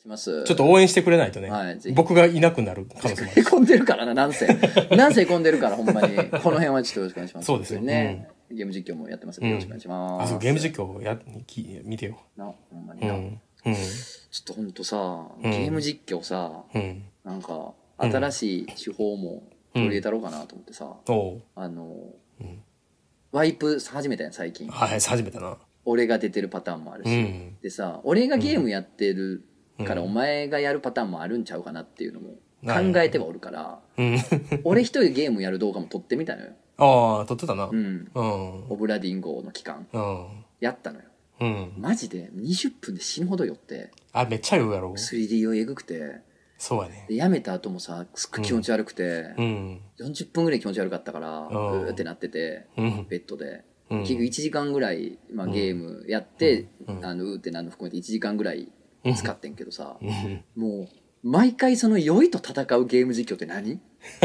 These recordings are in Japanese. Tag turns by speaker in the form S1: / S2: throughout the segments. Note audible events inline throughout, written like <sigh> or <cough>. S1: きます。
S2: ちょっと応援してくれないとね、
S1: はいぜひ
S2: 僕がいなくなる可能性も
S1: <laughs>
S2: あ
S1: へ
S2: る。
S1: こんでるからな、なん
S2: <laughs>
S1: せ。なんせへこんでるから、ほんまに。この辺はちょっとよろしくお願いします。
S2: そうですよ
S1: ね。ゲーム実況もやってますんでよろしくお願いします。
S2: あ、そう、ゲーム実況や、き見てよ。
S1: 況。な、ほんま
S2: う
S1: にな。
S2: ん。うん。
S1: ちょっとほんとさ、
S2: う
S1: ゲ
S2: ん
S1: ーム実況さ、
S2: うん。
S1: なんか、新しい手法も取り入れたろうかなと思ってさ、
S2: おう
S1: あの
S2: うん、
S1: ワイプ始めたやん、最近。
S2: はい、初めてな。
S1: 俺が出てるパターンもある
S2: う
S1: し。
S2: ん。
S1: でさ、俺がゲームやってるから、
S2: う
S1: お
S2: ん
S1: 前がやるパターンもあるんちゃうかなっていうのも
S2: はい
S1: 考えてはおるから、
S2: うん。 <laughs>
S1: 俺一人でゲームやる動画も撮ってみたのよ。
S2: ああ、撮ってたな。う。
S1: うんん。
S2: うん。
S1: オブラディン号の期間、やったのよ。
S2: うん。
S1: マジで20分で死ぬほど酔って、
S2: あ、めっちゃ言うやろ。
S1: 3D 酔いえぐくて、
S2: そうやね。
S1: で、やめた後もさ、すっごい気持ち悪くて、
S2: うん。
S1: 40分ぐらい気持ち悪かったから、う
S2: うん
S1: ーってなってて、
S2: うん。
S1: ベッドで。
S2: うん
S1: 結局1時間ぐらい、まあ、ゲームやって、
S2: うん
S1: あのうーってなるの含めて1時間ぐらい使ってんけどさ、
S2: うん。
S1: もう毎回その酔いと戦うゲーム実況って何 <laughs>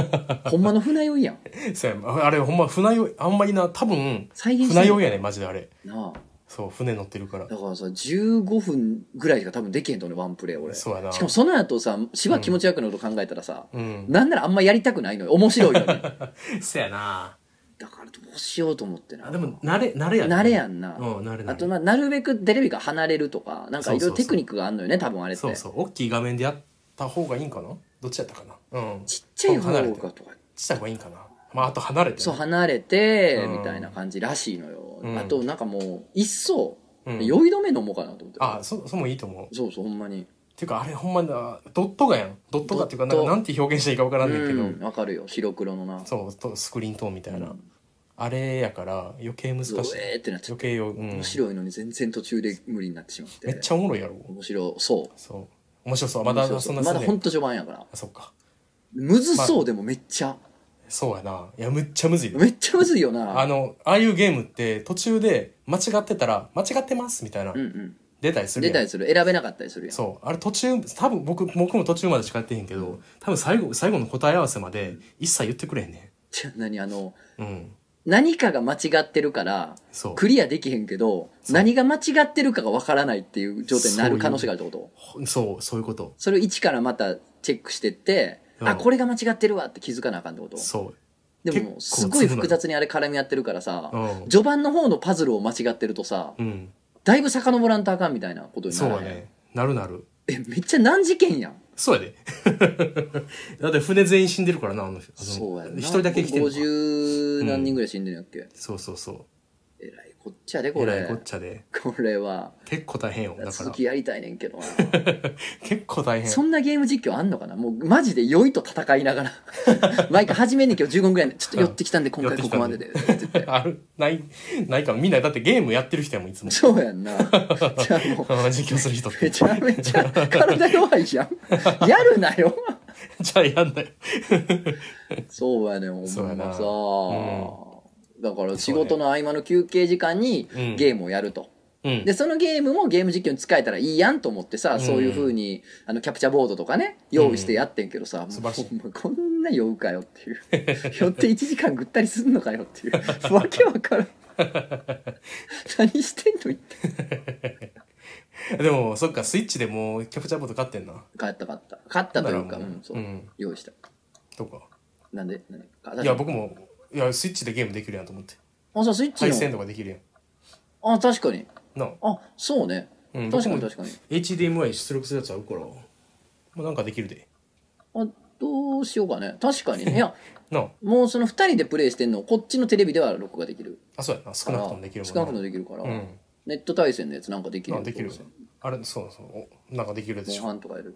S1: ほんまの船酔いやん
S2: <laughs> そうや、ああれほんま船酔い、あんまりな、多分、
S1: 再現
S2: 船酔い
S1: い
S2: やね、マジであれ。
S1: なあ
S2: そう、船乗ってるから。
S1: だからさ15分ぐらいしか多分できへんと思うねワンプレイ俺し
S2: そうやな。
S1: かもその後さ芝気持ち悪くなること考えたらさ、
S2: うん。
S1: なんならあんまやりたくないのよ面白い
S2: <laughs>
S1: のにだか
S2: そうやな。
S1: らどうしようと思ってな
S2: あでも、慣れ、慣れや
S1: 慣れやんな、
S2: うん、慣れ慣れ
S1: あとまあなるべくテレビから離れるとかなんかいろい
S2: そうそうそ
S1: ろ
S2: う
S1: テクニックがあるのよね多分あれって
S2: そうそう。大きい画面でやった方がいいんかなどっちやったかなうん。
S1: ちっちゃい方
S2: 離れて
S1: がとか
S2: した方がいいんかなまあ、あと離れてね。
S1: そう離れて
S2: うん
S1: みたいな感じらしいのよ、
S2: うん
S1: あとなんかもう一層、
S2: うん
S1: 酔い止め飲もうかなと思って
S2: あ、そ、そもいいと思う。
S1: そうそうほんまに
S2: ていうか、あれほんまだ、ドットがやん。ドットがっていうか、な
S1: ドッ
S2: ん
S1: ト
S2: かなんて表現していいかわからんねんけど、
S1: うんわかるよ白黒のな
S2: そうと、スクリーントーンみたいな。
S1: うん
S2: あれやから、余計難しい。
S1: そうえーってなっちゃっ
S2: 余
S1: て
S2: 計よ、うん。
S1: 面白いのに全然途中で無理になってしまって
S2: めっちゃおもろいやろ。
S1: 面白そう
S2: そう。面白そう。まだ
S1: 面白
S2: そ
S1: そうん
S2: な
S1: まだ
S2: すね
S1: ほんと序盤やから
S2: あ、そっか。
S1: むずそうでもめっちゃ、
S2: そうやな。いや、むっちゃむずいで。
S1: めっちゃむずいよな
S2: あの、ああいうゲームって途中で間違ってたら、間違ってますみたいな
S1: うん、うん
S2: 出たりする
S1: 出
S2: やん
S1: たりする選べなかったりするやん
S2: そう。あれ途中、多分僕、僕も途中までしかやってへんけど、多分最後、最後の答え合わせまで一切言ってくれへんね
S1: じゃあ何あの
S2: ん。うん。
S1: 何かが間違ってるから
S2: そう。
S1: クリアできへんけど
S2: そう
S1: 何が間違ってるかがわからないっていう状態になる可能性があるってこと
S2: ほそう、そういうこと。
S1: それを一からまたチェックしてって、
S2: うん
S1: あこれが間違ってるわって気づかなあかんってこと
S2: そ
S1: で
S2: 結
S1: も
S2: 構
S1: すごい複雑にあれ絡み合ってるからさ
S2: う。うん。
S1: 序盤の方のパズルを間違ってるとさ
S2: うん。
S1: だいぶ遡らんとあかんみたいなことにな
S2: そう
S1: る
S2: やね。なるなる。
S1: えめっちゃ難事件やん
S2: そうやで。 <laughs> だって船全員死んでるからな、あの人。あの
S1: そうやんな
S2: 一人だけ生きてるのか。
S1: 50何人ぐらい死んでるんやっけ、
S2: そうそうそう。
S1: えらいこっちゃでこ
S2: え
S1: れ
S2: らいこっちゃで。
S1: これは
S2: 結構大変よ。だから
S1: 続。きやりたいねんけどな
S2: 結構大変。
S1: そんなゲーム実況あんのかなもうマジで酔いと戦いながら <laughs> 毎回始めんねんけど15分ぐらいでちょっと寄ってきたんで今回ここまででって言って
S2: <laughs> ある、ない、ないかも。みんな、だってゲームやってる人やもん、いつも。
S1: そうやん
S2: <laughs>
S1: な。じゃあもう、
S2: あー実況する人っ
S1: め
S2: て。
S1: ちゃめちゃ体弱いじゃん。やるなよ。
S2: じゃあやんない。
S1: そうやねん、ほ
S2: そうや
S1: ん
S2: な
S1: まさ。だから仕事の合間の休憩時間に
S2: うん
S1: ゲームをやると。
S2: うん。
S1: で、そのゲームもゲーム実況に使えたらいいやんと思ってさ、
S2: うん
S1: そういう風に、あの、キャプチャーボードとかね、用意してやってんけどさ、もう
S2: 素晴らしい
S1: ほんまこんな酔うかよっていう。 <laughs> 酔って1時間ぐったりすんのかよって
S2: <laughs>
S1: いう。わけわからん。何してんの一体
S2: <laughs> でも、そっか、スイッチでもうキャプチャーボード買ってんな。
S1: 買った買った。買ったというか、
S2: な
S1: う、
S2: らもうん。
S1: そううん用意した。
S2: とか。
S1: なんでなんか
S2: いや、僕も、いや、スイッチでゲームできるやんと思って。
S1: あ、そう、スイッチ
S2: 配線と
S1: の。
S2: かできるやん。
S1: あ、確かに。
S2: なあ
S1: あ、そうね。
S2: うん
S1: 確かに
S2: 僕も
S1: 確かに。
S2: HDMI 出力するやつあるから。もうなんかできるで。
S1: あ、どうしようかね。確かにね。いや、
S2: なあ。
S1: もうその二人でプレイしてんの、こっちのテレビでは録画できる
S2: あ、そうやな。少
S1: から。
S2: なくともできるもん
S1: 少なくともできるから。
S2: うん。
S1: ネット対戦のやつなんかできる
S2: な
S1: よ
S2: あ、できるよね。あれ、そうそう。おなんかできるで
S1: モン
S2: しょ。
S1: ハンとかやる。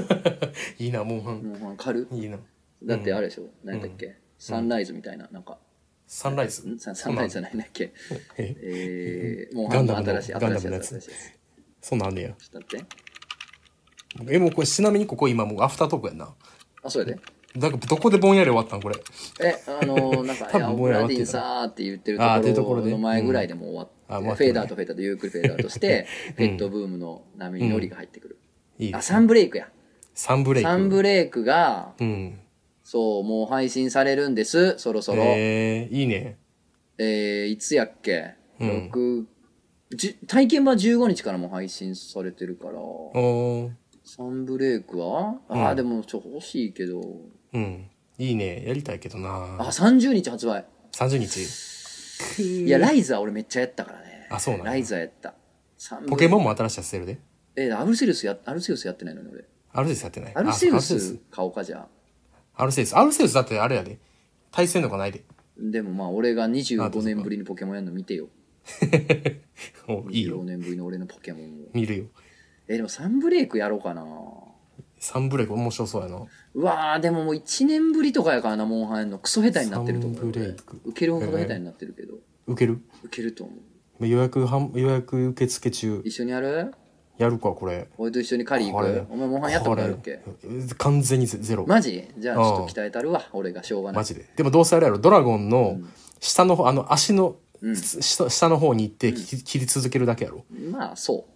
S2: <laughs> いいな、モンハン。
S1: モンハン狩る
S2: いいな。
S1: だってあれでしょ。何だっけサンライズみたいな。なんか、
S2: サンライズ。
S1: んサンサンライズじゃないなんだっけ。
S2: え
S1: えー、モンハンの
S2: ガンダム
S1: 新
S2: の
S1: しい、
S2: ガン
S1: 新
S2: ダ
S1: しい
S2: ムの
S1: や
S2: や
S1: つ。新
S2: つ
S1: しいやつ
S2: そんなんあんねや。
S1: ちょっと待って。
S2: え、もうこれ、ちなみにここ今もうアフタートークやんな。
S1: あ、そうやで。
S2: なんかどこでぼんやり終わったんこれ。
S1: え、あ
S2: <laughs>
S1: のー、なんか、
S2: 多
S1: いや、
S2: 分
S1: オ
S2: もう
S1: ブ
S2: や
S1: ラ
S2: って
S1: ディ
S2: る
S1: ンさーって言ってる
S2: あーっていう
S1: と
S2: と
S1: こ
S2: こ
S1: ろ
S2: ろで
S1: の前ぐらいでもう終わって、
S2: うんあ終わっ
S1: フ
S2: た
S1: ェ
S2: ね
S1: ーダーとフェーダーとゆっくりフェーダーとして、ペットブームの波にノリが入ってくる。
S2: いい
S1: あ、
S2: です。
S1: サンブレイクや。
S2: サンブレイク。
S1: サンブレイクが、
S2: うん。
S1: そう、もう配信されるんです、そろそろ。え
S2: えー、いいね。
S1: ーいつやっけ
S2: うん
S1: 僕、じ体験版15日からもう配信されてるから、
S2: おー。
S1: サンブレイクはあ
S2: う
S1: あ
S2: ん
S1: でもちょ欲しいけど
S2: うん。いいね。やりたいけど
S1: あ
S2: な。
S1: 30日発売
S2: 30日。
S1: いやライザー俺めっちゃやったからね
S2: あそうなんや
S1: ライザーやったサンブレイク
S2: ポケモンも新しいやつ出るで。
S1: えアルセウスやアルセウスやってないのに俺
S2: アルセウスやってない。
S1: アルセウ
S2: あ
S1: ス。買おうかじゃあ
S2: アルセウス。アルセウスだってあれやで。対戦とかないで。 <laughs>
S1: でもまあ俺が
S2: あど
S1: 25
S2: うぞ
S1: 年ぶりにポケモンやるの見てよ
S2: おいい
S1: 25
S2: よ。
S1: 年ぶりの俺のポケモンを
S2: 見るよ。
S1: えでもサンブレイクやろうかな
S2: サンブレイク面白そうやな。
S1: うわーでももう1年ぶりとかやからなモンハンやんのクソ下手になってると思
S2: サン
S1: う
S2: ブレイク
S1: 受けるほど下手になってるけど、
S2: 受ける
S1: 受けると思う
S2: 予約はん、予約受付中。
S1: 一緒にやる
S2: やるか、これ。
S1: 俺と一緒に狩り行
S2: これ
S1: くお前モンハンやったことあるっけ
S2: これ完全にゼゼロ。
S1: マジじゃあちょ
S2: うん
S1: っと鍛えたるわ俺がしょうがな
S2: マ
S1: い
S2: ジで。でもどうせあれやろ、ドラゴンの下の方、あの足の
S1: うん
S2: 下下の方に行ってき切り続けるだけやろ。
S1: まあそう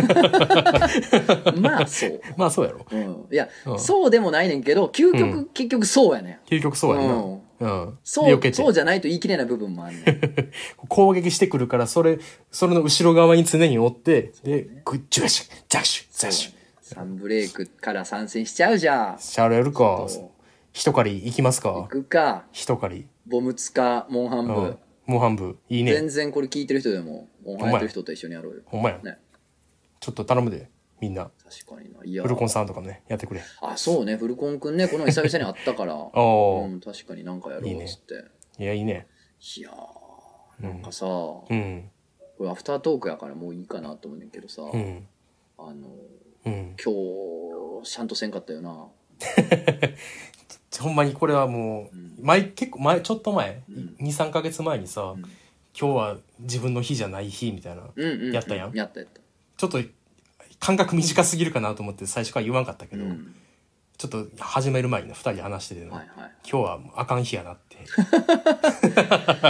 S2: <laughs>
S1: まあそう、
S2: まあそうやろ。
S1: うん、いや、
S2: うん
S1: そうでもないねんけど究極、
S2: うん
S1: 結局そうやねん
S2: 究極そうやんな。
S1: うん
S2: うん。
S1: そ
S2: で避け
S1: う
S2: て
S1: そうじゃないと言い切れない部分もあ
S2: <laughs>
S1: るねん
S2: 攻撃してくるから、それ、それの後ろ側に常に追って、で、グッジュガシュ、ジャクシュ、ジャクシュ。
S1: サンブレイクから参戦しちゃうじゃん
S2: シャールやるか
S1: そう。
S2: 一狩り行きます
S1: 行
S2: か
S1: くか
S2: 一狩り。
S1: ボムツかモンハン
S2: う
S1: 部、
S2: ん。もう半分。いい
S1: 全
S2: ね。
S1: 然これ聞いてる人でもモンハンやってる人と一緒にやろうよ
S2: ほんまや。
S1: ね
S2: ちょっと頼むで。みんな。
S1: 確かにないや
S2: フルコンさんとかね、やってくれ。
S1: あそうねフルコンくんねこの久々に会った
S2: <laughs>
S1: から
S2: お
S1: う
S2: ー
S1: ん、確かになんかやろ
S2: いうい
S1: い
S2: ね
S1: っつってい,、
S2: いや、いいね。
S1: やー
S2: う
S1: なん
S2: ん
S1: か。さこ
S2: うん。
S1: れアフタートークやからもういいかなと思うねんけどさ、
S2: うん。
S1: あの
S2: うん。
S1: 今日ちゃんとせんかったよな
S2: ほんまにこれはもう、前、結構前、ちょっと前、
S1: ん
S2: 2、3ヶ月前にさ、
S1: ん
S2: 今日は自分の日じゃない日みたいな、
S1: うんうん、うん、
S2: やったやん
S1: やったやった
S2: ちょっと感覚短すぎるかなと思って最初から言わんかったけ
S1: う
S2: ど、
S1: ん
S2: ちょっと始める前に2人で話しててな、
S1: はいはい
S2: 今日はあかん日や
S1: <laughs>
S2: なって。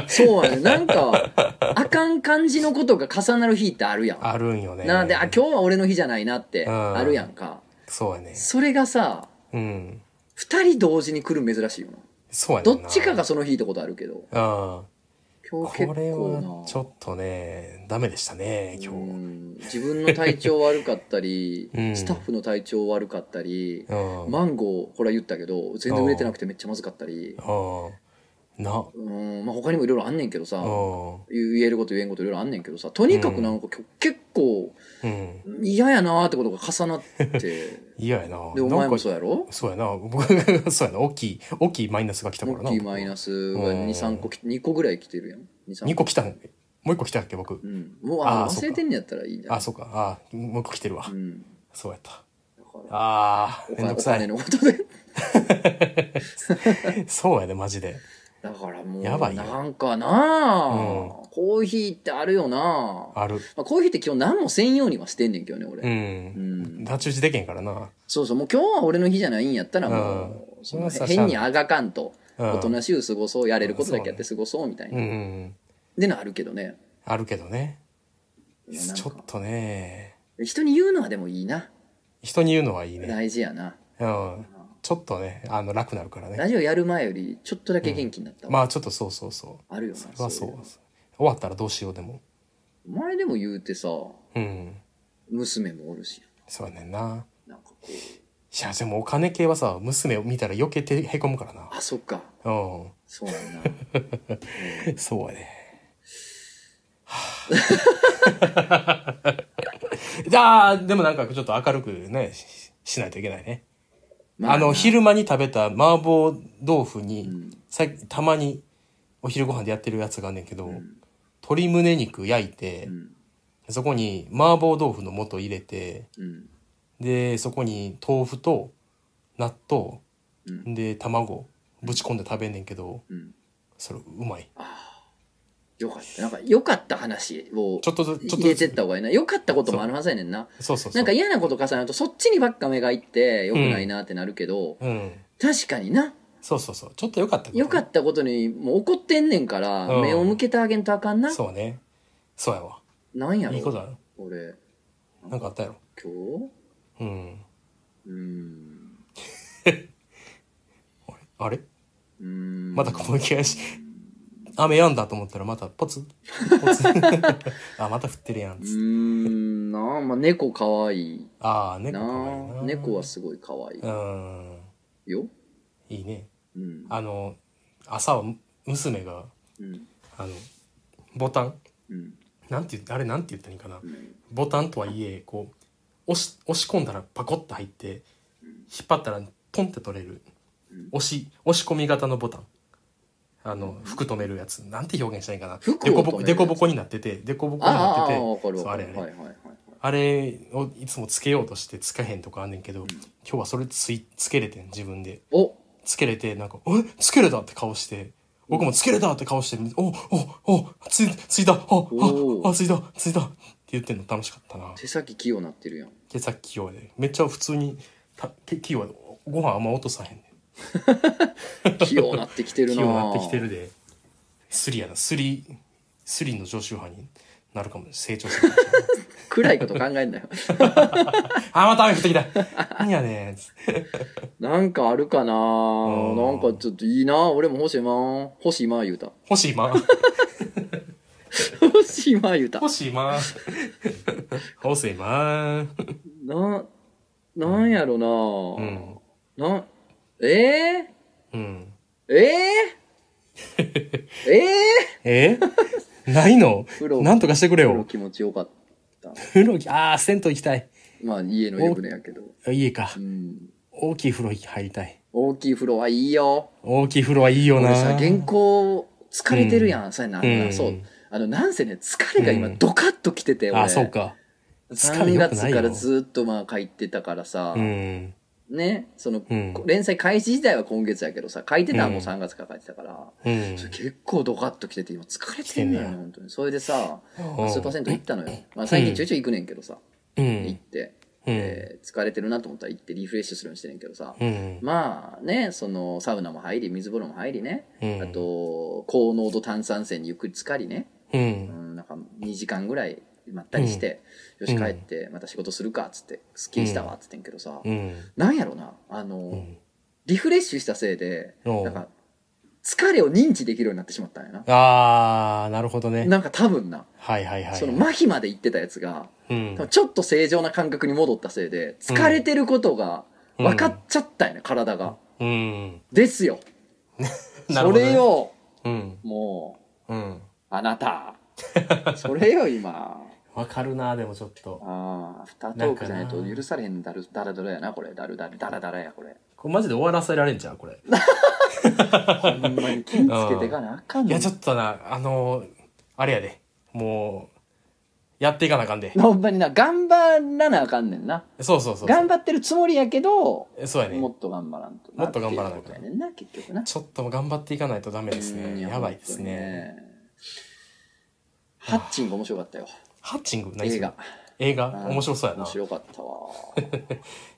S1: そうや
S2: <laughs>
S1: ねなんかあかん感じのことが重なる日ってあるやん
S2: あるんよね。
S1: なんであ今日は俺の日じゃないなって
S2: うん
S1: あるやんか
S2: そうやね。
S1: それがさ
S2: うん。
S1: 2人同時に来るの珍しいよな
S2: そうやね
S1: ど
S2: ん
S1: っ
S2: な。
S1: ちかがその日ってことあるけど
S2: うん。
S1: 今日結
S2: これ
S1: 構
S2: は
S1: な
S2: ちょっとね、ダメでしたね、今
S1: う
S2: 日。
S1: ん自分の体調悪かったり、
S2: <laughs> うん
S1: スタッフの体調悪かったり、
S2: うん。
S1: マンゴーこれは言ったけど全然売れてなくてめっちゃまずかったり、
S2: うん。な。
S1: うんまあ、他にもいろいろあんねんけどさ
S2: うん。
S1: 言えること言えんこといろいろあんねんけどさとにかくなんか、結構
S2: うん。
S1: 嫌やなーってことが重な
S2: <laughs>
S1: って。
S2: 嫌やな。
S1: でお
S2: な
S1: 前
S2: ん
S1: も
S2: か
S1: そうやろ
S2: そうやな。僕が、 <laughs> そうやな。大きい、大きいマイナスが来たからな。
S1: 大きいマイナスが
S2: うん
S1: 23個き2個ぐらい来てるやん23
S2: 2個来たんで。もう1個来たっけ、僕
S1: う。んもう
S2: あ
S1: あ
S2: ー
S1: 忘れてんねやったらいいんじゃな
S2: あ、
S1: い
S2: そうか。あ、もう1個来てるわ
S1: う。ん
S2: そうやった。
S1: だから
S2: ああ、
S1: お
S2: め
S1: 金
S2: ん
S1: お
S2: どくさ
S1: 金
S2: い。
S1: のことで
S2: <laughs> そうやね、マジで。
S1: だからもう
S2: やばいよ
S1: なんかなあ、
S2: う
S1: コーヒーってあるよなあ
S2: ある。
S1: まあ、コーヒーって基本何もせんようにはしてんねんけどね俺、
S2: う。
S1: うんん
S2: 太刀打ちでけんからな。
S1: そうそうもう今日は俺の日じゃないんやったらもう、
S2: うん
S1: その
S2: それはさ
S1: 変にあがかんと、
S2: うん
S1: おとなしゅう過ごそうやれることだけやって過ごそうみたいな、
S2: うんうん。
S1: でのあるけどね
S2: あるけどね。
S1: いやなんか
S2: ちょっとね。
S1: 人に言うのはでもいいな
S2: 人に言うのはいいね。
S1: 大事やな
S2: うん。ちょっとね、あの、楽なるからね。
S1: ラジオやる前よりちょっとだけ元気になったわ、
S2: まあ、ちょっとそうそうそう。
S1: あるよな
S2: それはそう
S1: いうの。
S2: 終わったらどうしようでも。
S1: お前でも言うてさ
S2: うん。
S1: 娘もおるし
S2: そうやねんな。
S1: なんかこう
S2: いや、でもお金系はさ、娘を見たら避けてへこむからな。
S1: あそっか
S2: うん。
S1: そう
S2: <laughs>
S1: やな
S2: そうやね。じゃあ、でもなんかちょっと明るくね、ししないといけないね。
S1: ま
S2: あの、
S1: な
S2: 昼間に食べた麻婆豆腐に、
S1: ん
S2: さいたまにお昼ご飯でやってるやつがあんねんけど、鶏胸肉焼いて、
S1: ん
S2: そこに麻婆豆腐の素入れて、
S1: うん
S2: で、そこに豆腐と納豆、
S1: う
S2: で、卵ぶち込んで食べんねんけど、
S1: うん
S2: それうまい。
S1: よかったなんか良かった話を
S2: ちょっとずつ、ちょっ
S1: 入
S2: と
S1: れ
S2: ず
S1: て
S2: つ
S1: っ。た方がいいな良かったこともあるはずやねんな
S2: そうそうそう。
S1: なんか嫌なこと重なるとそっちにばっか目がいって良くないなってなるけど、
S2: うん。
S1: 確かにな
S2: そうそうそう。ちょっと良かったことね
S1: 良かったことにもう怒ってんねんから、
S2: うん
S1: 目を向けてあげんとあかんな
S2: そうね。そうやわ。
S1: なんやろ
S2: いいことある
S1: 俺
S2: なんかあったやろ。
S1: 今日
S2: うん。
S1: うーん
S2: あれ
S1: うーん
S2: また小池がし、雨やんだと思ったらまたポツ。ポツあ、また降ってるやん
S1: う。ーんなあ、まあ、猫かわいい
S2: ああ、猫
S1: な
S2: かわいいな
S1: あ。猫はすごいかわい
S2: うん。
S1: いよ。
S2: いいね。
S1: うん。
S2: あの、朝は娘が、
S1: うん。
S2: あの、ボタン。
S1: うん。
S2: なんて言って、あれなんて言ったらいいんかな
S1: う。ん。
S2: ボタンとはいえ、こう、押し、押し込んだらパコッと入って、引っ張ったらポンって取れる
S1: うん。
S2: 押し、押し込み型のボタン。あの、服止めるやつ。なんて表現したらいいんかな。
S1: 服を
S2: でこぼ
S1: 止める
S2: こ、
S1: やつ
S2: でこぼこになってて、でこぼこにな
S1: あ
S2: っ
S1: あ、
S2: て
S1: あ
S2: て
S1: あ、わか、る
S2: そうあ
S1: わか
S2: れ
S1: る。
S2: あ
S1: はい
S2: れ。
S1: はいはいはい。
S2: あれをいつもつけようとしてつかへんとかあんねんけど、
S1: ん
S2: 今日はそれついつけれてん自分で
S1: お
S2: つけれてなんか「えつけれた!」って顔して僕も「つけれた!」って顔して「おおおついついたあ
S1: おー
S2: ああついたついた!」って言ってんの楽しかったな
S1: 手先器用なってるやん。
S2: 手先器用でめっちゃ普通にた手器用でご飯あんま落とさへんね
S1: 器用なってきて
S2: ん
S1: る
S2: 器
S1: な
S2: 用になってきてるでスリやなスリスリの常習派になるかも成長するかもしれない
S1: 暗いこと考えんなよ。
S2: あまた雨降ってきた何やねんつって
S1: なんかあるかな
S2: うん
S1: なんかちょっといいな俺も欲しいま欲しいま言うた。
S2: 欲しいま
S1: 欲しいま言うた。
S2: 欲しいまー欲しいまー
S1: な、なんやろ
S2: う
S1: なんな、え
S2: うん
S1: ー、えー、え
S2: <laughs> え <laughs> ないの
S1: 風呂
S2: なんとかしてくれ
S1: ー風呂
S2: よ
S1: 気持ちよかった。
S2: 風呂ああ銭湯行きたい
S1: まあ家の湯船やけど。
S2: 家か
S1: うん。
S2: 大きい風呂入りたい
S1: 大きい風呂はいいよ。
S2: 大きい風呂はいいよな
S1: 俺さ、原稿疲れてるやん。そうやな。
S2: うん
S1: そう。あの、なんせね、疲れが今
S2: うん
S1: ドカッと来てて、俺。
S2: あそうか疲れ
S1: 3
S2: 良く
S1: 月
S2: ないよ
S1: からずっとまあ書いてたからさ、
S2: うん
S1: ね、その、
S2: うん
S1: 連載開始自体は今月やけどさ、書いてたのはもううん3月から書いてたから、
S2: うん
S1: それ結構ドカッと来てて今疲れてんのよ、
S2: 来てんねや
S1: 本当に。それでさ、
S2: うん
S1: スーパーセント行ったのよ。まあ最近ちょいちょい行くねんけどさ、
S2: う
S1: 行っ
S2: ん
S1: て、
S2: うん
S1: えー疲れてるなと思ったら行ってリフレッシュするようにしてんねんけどさ、
S2: うん
S1: まあね、そのサウナも入り、水風呂も入りね、
S2: うん
S1: あと、高濃度炭酸泉にゆっくり浸かりね、
S2: う
S1: うんん、なんか2時間ぐらいまったりして、
S2: ん
S1: よし帰ってまた仕事するかっつってすっきりしたわっつってんけどさ、
S2: うん
S1: なんやろなあの、
S2: うん
S1: リフレッシュしたせいで
S2: おう
S1: なんか疲れを認知できるようになってしまったんやな
S2: ああなるほどね
S1: なんか多分な、
S2: はいはいはい
S1: その麻痺まで行ってたやつが
S2: うん
S1: 多分ちょっと正常な感覚に戻ったせいで疲れてることが分かっちゃったんやね、体が
S2: うん
S1: ですよ、
S2: なる
S1: そ
S2: ほどね
S1: れを
S2: うん
S1: もう
S2: うん
S1: あな
S2: <laughs>
S1: たそれよ今
S2: わかるなでもちょっと
S1: ああ、アフタートークじゃないと許されへんだるだらだらやな、これ。だるだるだらだらや、これ。
S2: これマジで終わらせられんじゃんこれ
S1: ほんまに気ぃつけてかなあかん
S2: い
S1: の。
S2: や、ちょっとな、あのーあれやで。もう、やっていかなあかんで。
S1: ほんまにな、頑張らなあかんねんな。
S2: そうそうそう。
S1: 頑張ってるつもりやけど、
S2: そうや
S1: も
S2: ね。
S1: っと頑張らんと。
S2: もっと頑張らなあかん
S1: っていうことやねんな、結局な。
S2: ちょっともう頑張っていかないとダメです
S1: うん
S2: ね。やばいですね。。
S1: 本当にハッチング面白かったよ。
S2: ハッチング何それ
S1: 映画。
S2: 映画
S1: うん
S2: 面白そうや
S1: 面
S2: な。
S1: 白かったわ。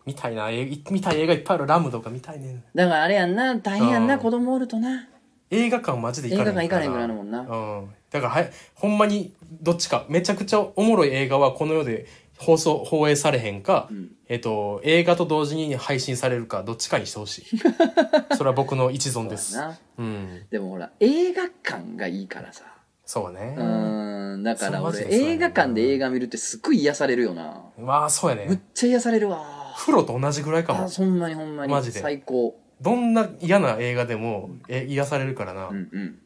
S2: 見たいな。え見たい映画いっぱいある。ラムとか見たいね。
S1: だからあれやんな、大変やん
S2: う
S1: な、
S2: ん
S1: 子供おるとな。
S2: 映画館マジで
S1: 映
S2: 行か
S1: 画
S2: ない
S1: 館行かれへんくなるも
S2: も
S1: んな。
S2: うん。だからはや、ほんまに、どっちか。めちゃくちゃおもろい映画はこの世で放送、放映されへんか、
S1: うん
S2: えっと、映画と同時に配信されるか、どっちかにしてほし
S1: <laughs>
S2: い。それは僕の一存
S1: そう
S2: で
S1: や
S2: す。
S1: な。
S2: うん。
S1: でもほら、映画館がいいからさ。
S2: そうね。
S1: うーんだから
S2: そ
S1: 俺
S2: うマジでそうやねんな
S1: 映画館で映画見るってすっごい癒されるよな
S2: まあそうや
S1: むっ
S2: ね
S1: ちゃ癒されるわ
S2: 風呂と同じぐらいか
S1: あ
S2: も
S1: そんなにほんま
S2: マ
S1: に
S2: ジで
S1: 最高
S2: どんな嫌な映画でも、え癒されるからな、
S1: うんうん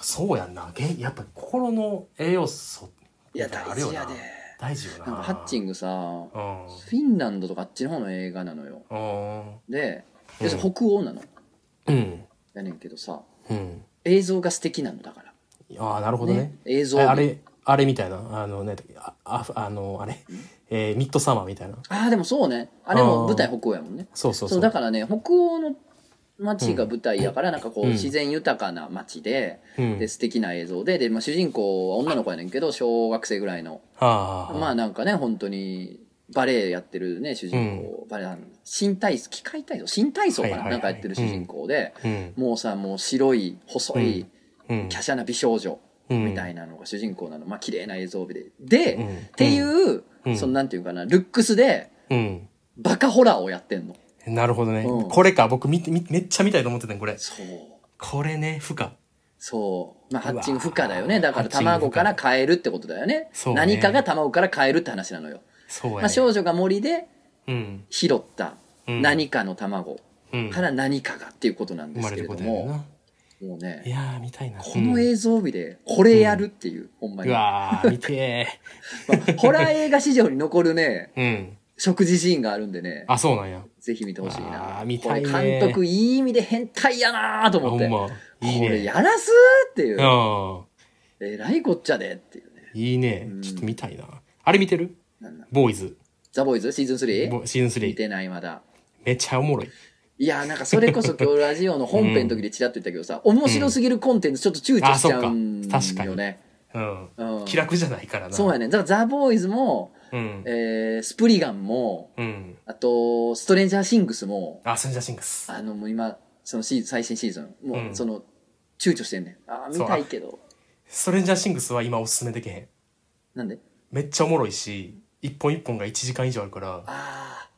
S2: そうやんなげんやっぱ心の栄養素
S1: いや
S2: あ
S1: 大
S2: るよ
S1: 事
S2: な
S1: やで
S2: 大事よな
S1: なんかハッチングさ
S2: う
S1: フィンランドとかあっちの方の映画なのよ
S2: んうん
S1: で
S2: うん
S1: 要するに北欧なの
S2: うん
S1: やねんけどさ
S2: うん
S1: 映像が素敵なのだから
S2: ああなるほどね
S1: 映像
S2: え
S1: 美
S2: あれあれみたいなあのねあああのあれ、えーミッドサマーみたいな
S1: ああでもそうねあれも
S2: あー
S1: 舞台北欧やもんね
S2: そうそう
S1: そ
S2: そう
S1: うだからね北欧の街が舞台やからなんかこう
S2: うん
S1: 自然豊かな街で
S2: うん
S1: で素敵な映像でで、まあ、主人公は女の子やねんけど小学生ぐらいの
S2: はあ
S1: まあなんかね本当にバレエやってるね主人公、バレエあの新体操機械体操新体操かな、
S2: はいはい
S1: な
S2: はい
S1: んかやってる主人公で、
S2: うん
S1: もうさもう白い細い
S2: うん
S1: 華奢な美少女みたい
S2: な
S1: なのが主人公なのまあ綺麗な映像美でで、
S2: うん
S1: っていう、
S2: うん
S1: そのなんていうかなルックスで
S2: うん、
S1: バカホラーをやってんの
S2: なるほどね、
S1: うん
S2: これか僕見てみめっちゃ見たいと思ってたんこれ
S1: そう
S2: これね負荷
S1: そう。まあ、ハッチング
S2: うわ
S1: 不可だよね。だから
S2: ハッチング不可
S1: 卵から変えるってことだよね。
S2: そうね
S1: 何かが卵から変えるって話なのよ。
S2: そうやね
S1: まあ、少女が森で
S2: うん
S1: 拾った
S2: うん
S1: 何かの卵
S2: うん
S1: から何かがっていうことなん
S2: 生
S1: で
S2: ますれ
S1: け
S2: る
S1: れ
S2: こ
S1: ど
S2: とやねん
S1: も、
S2: な
S1: もう
S2: い
S1: ね、
S2: やー見たいな
S1: この映像美でこれやるっていう、ほんま
S2: う
S1: に。
S2: んう
S1: ま
S2: わー見て
S1: あホラー映画史上に残るね、
S2: ーうん
S1: 食事シーンがあるんでね、
S2: あそうなんや
S1: ぜひ見てほしいな
S2: あー。見たいね
S1: これ監督いい意味で変態やなーと
S2: あ
S1: 思
S2: ほ
S1: っ
S2: ん
S1: て。
S2: まいい
S1: これ
S2: ね
S1: やらすーっていう。
S2: あ
S1: えらいこっちゃでっていうね。
S2: ーいいね
S1: うん
S2: ちょっと見たいなあれ見てる
S1: なんなん
S2: ボーイズ
S1: ザ・ボーイズシーズン 3?
S2: ボシーズン
S1: 見
S2: 3
S1: てないまだ。
S2: めっちゃおもろい
S1: いやーなんかそれこそ今日ラジオの本編の時でチラッと言ったけど
S2: <laughs>
S1: さ、面白すぎるコンテンツちょっと躊躇しちゃうん
S2: あそっか確か
S1: よね。
S2: うん
S1: うん
S2: 気楽じゃないからな
S1: そうやね。だからザ・ボーイズも、
S2: うん
S1: えースプリガンも、
S2: うん
S1: あと、ストレンジャー・シングスも、
S2: あセンジャーシングス
S1: あのもう今、そのシーズン最新シーズン、も
S2: う
S1: うんその、躊躇してんねん。ああ、見
S2: そう
S1: たいけど。
S2: ストレンジャーシングスは今おすすめできへん
S1: なんで <laughs>
S2: めっちゃおもろいし一本一本が1時間以上あるから
S1: あ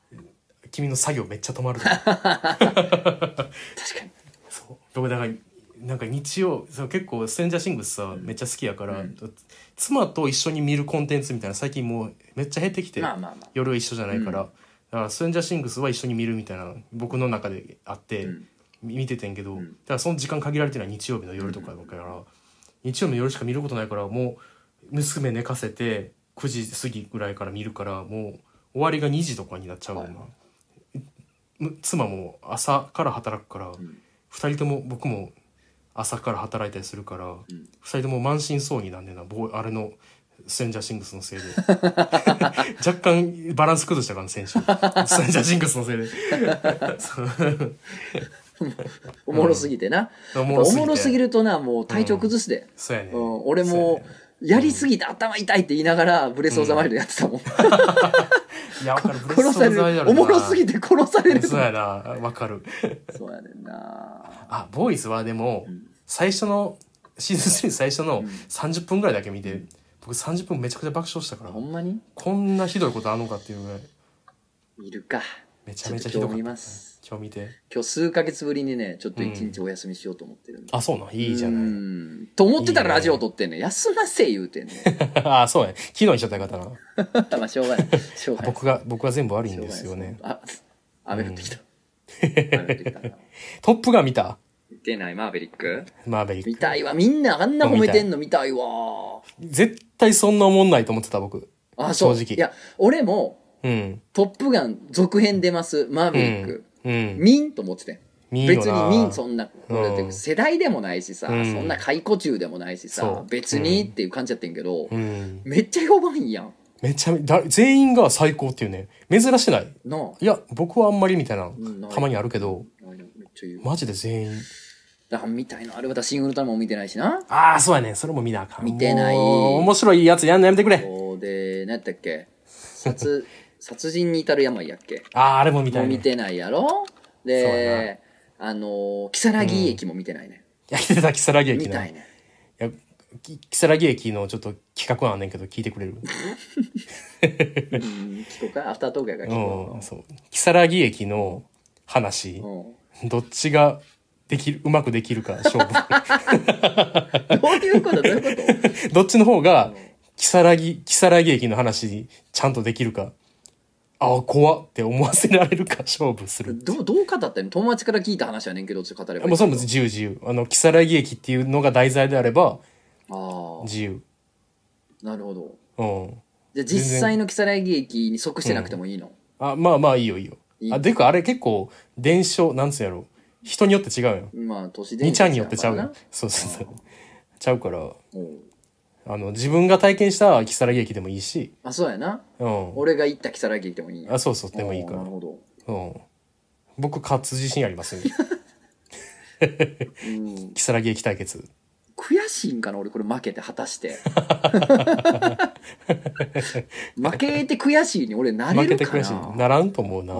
S2: 君の作業めっちゃ止まる
S1: あ、確かに。
S2: <laughs> そう僕だからなんか日曜そう結構ストレンジャーシングスさめっちゃ好きやから、
S1: うん
S2: 妻と一緒に見るコンテンツみたいな最近もうめっちゃ減ってきて、
S1: まあまあまあ。
S2: 夜は一緒じゃないから、
S1: う
S2: だからストレンジャーシングスは一緒に見るみたいな僕の中であって、
S1: うん
S2: み見ててんけど、
S1: うん
S2: だからその時間限られてるのは日曜日の夜とかだから、日曜日の夜しか見ることないからもう娘寝かせて9時過ぎぐらいから見るからもう終わりが2時とかになっちゃうもんな、
S1: は
S2: む妻も朝から働くから、
S1: ん
S2: 二2人とも僕も朝から働いたりするから、二2人とも満身創痍なんでなボーあれのストレンジャーシングスのせいで若干バランス崩したからね選手
S1: <laughs>
S2: ストレンジャーシングスのせいでそう
S1: おもろすぎてな。
S2: お
S1: やっぱおもろ
S2: て
S1: すぎるとな、もう体調崩すで。
S2: そうやね、
S1: うん、俺
S2: そう
S1: も、やりすぎて頭痛いって言いながら、ブレスオーザマイルドやってたもん。
S2: いやわかるブレ
S1: <laughs> 殺
S2: ストオ
S1: さ
S2: ブザワイ
S1: れ
S2: ル
S1: る。
S2: ド
S1: お
S2: な
S1: もろすぎて殺される。
S2: そうやなわかる
S1: そうやねんな。
S2: あボーイズはでも、最初のシーズン3最初の30分ぐらいだけ見て、僕30分めちゃくちゃ爆笑したから、
S1: ほんまに
S2: こんなひどいことあんのかっていうぐらい
S1: いるか。
S2: めちゃ
S1: ちょ
S2: め
S1: っ
S2: ちゃ
S1: と
S2: ひど
S1: 今日
S2: かっ
S1: 見
S2: た
S1: ます。
S2: 今日見て
S1: 今日数ヶ月ぶりにね、ちょっと一日お休みしようと思ってるんで。
S2: あそうなんいいじゃ
S1: う
S2: ない
S1: んと思ってたら
S2: いいね
S1: ラジオ撮ってんね。休ませ言うてんね。
S2: <laughs> あそうや昨日にしちゃったらよかったな
S1: まあ、しょう
S2: <laughs>
S1: がない。しょうがない。
S2: 僕が僕は全部悪いん
S1: しょう
S2: で
S1: がない
S2: すよね。
S1: あ、雨降ってきた。雨降ってきたな。
S2: トップガン見た
S1: 見てない、マーベリック
S2: マーベリッ
S1: 見
S2: ク
S1: たいわ。みんなあんな褒めてんの見たいわ。
S2: 絶対そんなおもんないと思ってた僕
S1: あ、そう。
S2: 正直
S1: いや、俺も、
S2: うん
S1: トップガン続編出ます、マーヴェ
S2: う
S1: リッ
S2: ん
S1: ク。
S2: うん
S1: ミンと思ってて。
S2: 見
S1: 別にミンそ
S2: ん
S1: んな、
S2: うん
S1: 俺だって世代でもないしさ、
S2: うん
S1: そんな解雇中でもないし
S2: そ
S1: さ
S2: う、
S1: 別にっていう感じやってんけど、
S2: うん
S1: めっちゃ評判いいやん。
S2: めちゃめだ全員が最高っていうね珍しない
S1: なあ。
S2: いや僕はあんまりみたいな
S1: うんない
S2: たまにあるけど
S1: めっちゃ言う。
S2: マジで全員
S1: だからみたいな、あれ私シングルタイムも見てないしな。
S2: ああそうやねそれも見なあかん
S1: 見てない
S2: もう面白いやつやんのやめてくれ
S1: そうで、何やったっ
S2: <laughs>
S1: け殺、殺人に至る病やっけ
S2: あああれも見た
S1: もう
S2: い、ね、
S1: 見てないやろ
S2: そうや
S1: で、あのー、木更木駅も見てないね。
S2: いや来てた木更木
S1: 見
S2: 駅
S1: た
S2: ない
S1: ね。
S2: いやき木更木駅のちょっと企画案あんねんけど聞いてくれ
S1: う
S2: る
S1: ん、聞こうか。アフタートークやから聞こ
S2: うん、そう。木更木駅の話
S1: う、うん。
S2: どっちができる、うまくできるか勝負。
S1: どういうことどういうこと
S2: <laughs> どっちの方が、木更木、木更木駅の話、ちゃんとできるか、ああ、怖っって思わせられるか <laughs> 勝負する。
S1: どうどう語ったの友達から聞いた話やねんけどって語ればいい
S2: もうそれも自由自由。あの、木更木駅っていうのが題材であれば、
S1: あ
S2: 自由。
S1: あなるほど
S2: うん。
S1: じゃあ実際の木更木駅に即してなくてもいいの、
S2: あ、まあまあいいよいいよ。
S1: いい
S2: あ、でか、あれ結構、伝承、なんつうんやろ。人によって違うよ。
S1: まあ都市伝
S2: に
S1: 説
S2: ちゃんによってちゃう
S1: やか
S2: よ。そうそうそう。ちゃうから。
S1: らなうん
S2: あの、自分が体験した木更木駅でもいいし、
S1: あそうやな
S2: うん。
S1: 俺が行った木更木駅でもいい
S2: あ、そうそう、でもいいか
S1: あ
S2: ら
S1: ーなる。ほど
S2: うん。僕、勝つ自信あ
S1: <laughs>
S2: りますね。
S1: うん
S2: 木更木駅対決。
S1: 悔しいんかな俺これ負けて果たして
S2: <laughs>
S1: 負けて悔しいに俺なれ
S2: 負け
S1: る
S2: て
S1: かな
S2: 悔しい。ならんと思
S1: <laughs>
S2: うな。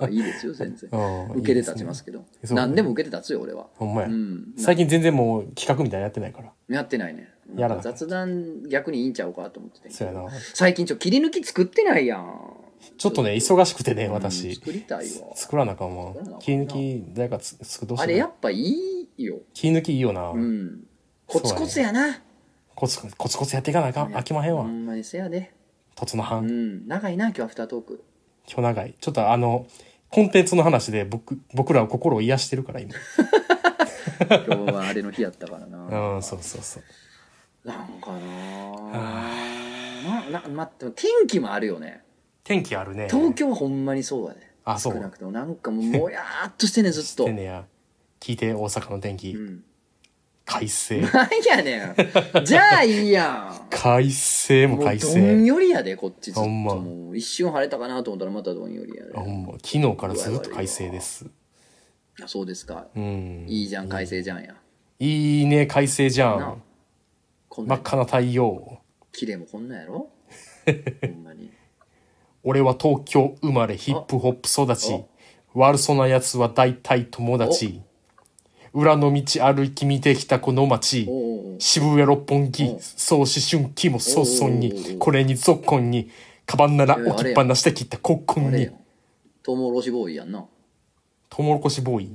S1: あいいですよ全
S2: <laughs>
S1: 然
S2: うん。
S1: 受けて
S2: いい
S1: 立
S2: す
S1: ち
S2: ね
S1: ますけど
S2: そう
S1: 何でも受けて立つよ俺は
S2: ほんま
S1: う
S2: や。
S1: ん
S2: 最近全然もう企画みたいなのやってないから。
S1: やってないね
S2: やらなかった
S1: 雑談逆にいいんちゃうかと思ってて
S2: そうやな。
S1: 最近ちょ切り抜き作ってないやん
S2: ちょっとね、忙しくてね、
S1: うん
S2: 私。
S1: 作りたいわ
S2: 作らなあかんわ
S1: 作らなあかん。な
S2: 切り抜き、誰かつ作ってほしいな。
S1: あれやっぱいいいいよ。
S2: 気抜きいいよな、
S1: うん。コツコツやな。
S2: コツコツコツやっていかなあかん飽きまへん
S1: ほ
S2: わ
S1: んまにせやで。
S2: とつの
S1: う
S2: 半
S1: ん。長いな、今日アフタートー
S2: <laughs>
S1: ク。
S2: 今日長いちょっとあのコンテンツの話で僕僕らを心を癒してるから今
S1: 今日はあれの日やったからな。
S2: うんそうそうそう
S1: なんかな
S2: あ
S1: なな、ま、でも天気もあるよね。
S2: 天気あるね
S1: 東京はほんまにそうだね。
S2: あそ
S1: 少
S2: う
S1: なくともなんかもうもやーっと
S2: <laughs>
S1: してね、ずっと。
S2: てんねや聞いて大阪の天気、
S1: うん。
S2: 快晴
S1: なんや
S2: <laughs>
S1: ねん。じゃあいいやん。
S2: 快晴も
S1: もう
S2: 快
S1: どん
S2: 晴
S1: よりやで、こっちずっと。
S2: ほんま
S1: もう一瞬晴れたかなと思ったらまたどんよりやで。
S2: あほんま昨日からずっと快晴です
S1: あそうですか。
S2: うん
S1: いいじゃん、快晴じゃんや。
S2: いいね快晴じゃ
S1: なあ
S2: ん
S1: こん
S2: 真
S1: な
S2: っ赤な太陽
S1: 綺麗もこんなんや
S2: <laughs>
S1: ろほんまに。
S2: 俺は東京生まれヒップホップ育ち悪そうな奴は大体友達裏の道歩き見てきたこの街
S1: おうおうおう
S2: 渋谷六本木
S1: お
S2: そう思春期も早々
S1: おうおうおうお
S2: に
S1: う
S2: これにぞっこんにカバンなら
S1: いやいや
S2: 置きっぱなしてきたここ
S1: あれ
S2: に
S1: やん。トウモロシボーイやんな。
S2: トウモロコシボーイ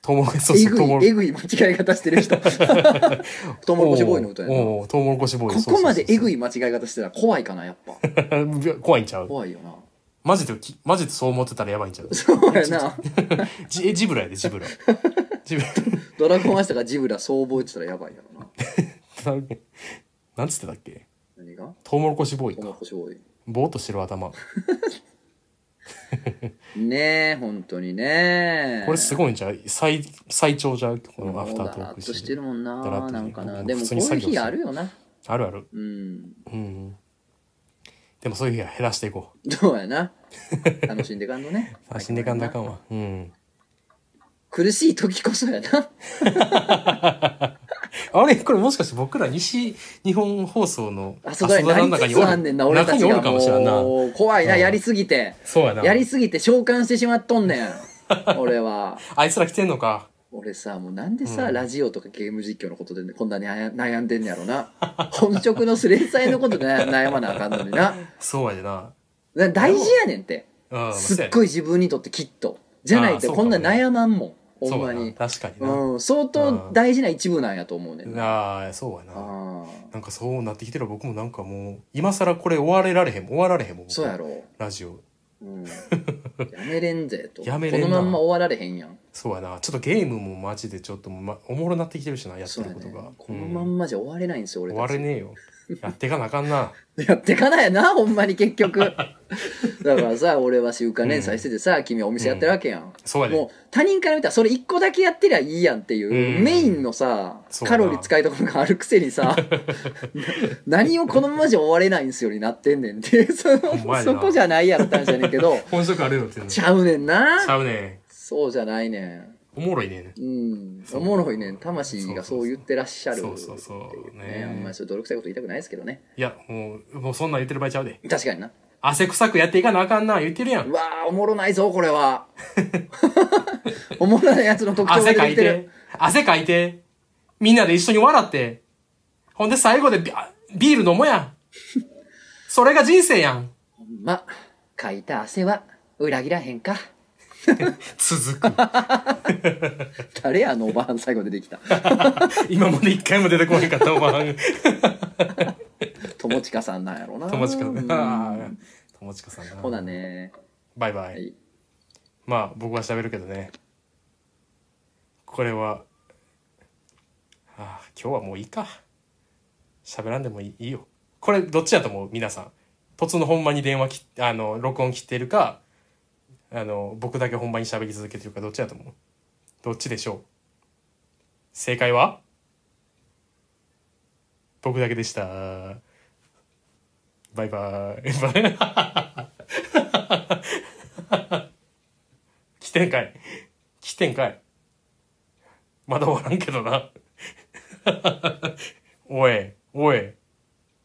S2: トウモロコシそう
S1: え
S2: そう
S1: ぐ
S2: トウモ
S1: い、
S2: ロ
S1: えぐい <laughs> 間違い方してる
S2: <laughs>
S1: 人。トウモロコシボーイの歌やな。
S2: おうおうトウモロコシボーイ
S1: ここまでえ
S2: い
S1: ぐい間違い方してたら怖いかな、やっぱ。
S2: 怖いんちゃう
S1: 怖いよ
S2: <laughs>
S1: な。
S2: マジできマジでそう思ってたらやばいんちゃう
S1: そうやな。
S2: ジえジブラやで
S1: <laughs>
S2: ジブラジブラ <laughs>
S1: ドラゴンアスタがジブラそう覚えてたらやばいやろな。
S2: なんつってたっけ
S1: 何が
S2: トウモロコシボーイ
S1: トウモ
S2: か
S1: ロコシボーイ。
S2: ぼーっとしてる頭こ
S1: ねえ、本当にね
S2: れす
S1: ごい。
S2: ごいんちゃう最最長じゃうこの
S1: も
S2: ア
S1: う
S2: フタート
S1: だ
S2: ー
S1: らっ
S2: ク
S1: としてるもん
S2: だらっと
S1: な。
S2: して
S1: な
S2: る
S1: んかな。
S2: 僕
S1: でも
S2: 普
S1: こう
S2: 通
S1: い
S2: に
S1: う
S2: 作業
S1: 日あるよな。
S2: あるある
S1: うん。
S2: うんでもそういう日は減らしていこう
S1: どうやな。楽しんでかんの
S2: <laughs>
S1: ね。
S2: あ死んでかんだあかんわうん
S1: 苦しい時こそやな。
S2: あれこれもしかして僕ら西日本放送の
S1: あそこに何
S2: に
S1: つ
S2: お
S1: あんねんな、俺
S2: 中
S1: た
S2: に
S1: ち
S2: おる
S1: が
S2: かもしれんな
S1: もう、怖いな、
S2: うん
S1: やりすぎて。
S2: そうやな
S1: やりすぎて召喚してしまっとん
S2: <laughs>
S1: ねん。俺は。
S2: あいつら来てんのか
S1: 俺さ、もうなんでさ、ラジオとかゲーム実況のことでこんなに悩悩んでんねやろな。本職のスレイサイのことで悩悩まなあかん <laughs> のにな。
S2: そうやでな
S1: な大事やねんって。
S2: うん
S1: すっ
S2: い
S1: ごい自分にとってきっと。じゃない
S2: あ
S1: と
S2: ー
S1: こんな悩まんもん。ほ
S2: そ
S1: ん
S2: う
S1: ま
S2: やな
S1: に。
S2: 確かにな
S1: うん、相当大事な一部なんやと思うねんな。
S2: ああそうやな
S1: ああ、
S2: なんかそうなってきてる僕もなんかもう今更これ終われられへん終わられへんもん僕
S1: そうやろ。
S2: ラジオ <laughs>
S1: うん、やめれんぜと。
S2: やめれんな
S1: このまんま終わられへんやん。
S2: そうやなちょっとゲームもマジでちょっともう、ま、おもろなってきてるしなやって
S1: そう
S2: る
S1: や
S2: こと
S1: ね
S2: が、。
S1: このま
S2: うん
S1: んまじゃ終われないんですよ、俺
S2: 終
S1: た
S2: わ
S1: ち。
S2: れねえよやってかなあかんな
S1: やってかないやな、ほんまに結局。だからさ、俺は週刊連載しててさ、君はお店やってるわけやん。
S2: そうや
S1: もう
S2: で
S1: 他人から見たらそれ一個だけやってりゃいいやんっていう、
S2: うん
S1: メインのさ
S2: そう
S1: カ
S2: だな
S1: ロリー使いどころがあるくせに
S2: <laughs>
S1: さな何をこのままじゃ終われないんすよになってんねんっていうそ
S2: ほんま
S1: の
S2: やな
S1: そこじゃないやろって話やねんけど
S2: 本職あるよっていうの
S1: ち
S2: ち
S1: ゃうねんな
S2: ゃうね
S1: そうじゃないね
S2: おもろいね
S1: んうん
S2: そう
S1: おもろいねん魂がそう言ってらっしゃる
S2: そうそうそう
S1: ねあんま
S2: ね
S1: りそういう泥臭いこと言いたくないですけどね
S2: いやもうもうそんなん言ってる場合ちゃうで
S1: 確かにな
S2: 汗臭くやっていかなあかんな言ってるや
S1: うんわーおもろないぞこれはおもろないやつの特徴が
S2: 汗
S1: 出
S2: か
S1: てき
S2: い
S1: てる
S2: て汗かいてみんなで一緒に笑ってほんで最後でビあビール飲もうやそれが人生やん
S1: まかいた汗は裏切らへんか
S2: 続く
S1: 誰やあのおばはん最後出てきた
S2: 今まで一回も出てこなかったおばはん
S1: 友近さんなんやろな
S2: 友近さ
S1: うん
S2: んあー友近さんな
S1: ほなね
S2: バイバイ、
S1: はい
S2: まあ僕は喋るけどねこれはあー今日はもういいか喋らんでもいいよこれどっちだと思う皆さん突のほんまに電話きあの録音切ってるかあの僕だけほんまに喋り続けてるかどっちだと思うどっちでしょう正解は僕だけでしたバイバイバイ来てんかい。来てんかい。まだ終わらんけどな。 <laughs> おい、おい。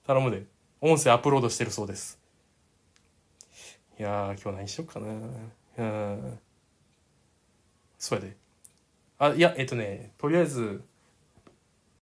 S2: 頼むで。音声アップロードしてるそうです。いやー、今日何しよっかな。うん。そうやで。あ、いや、えっとね、とりあえず、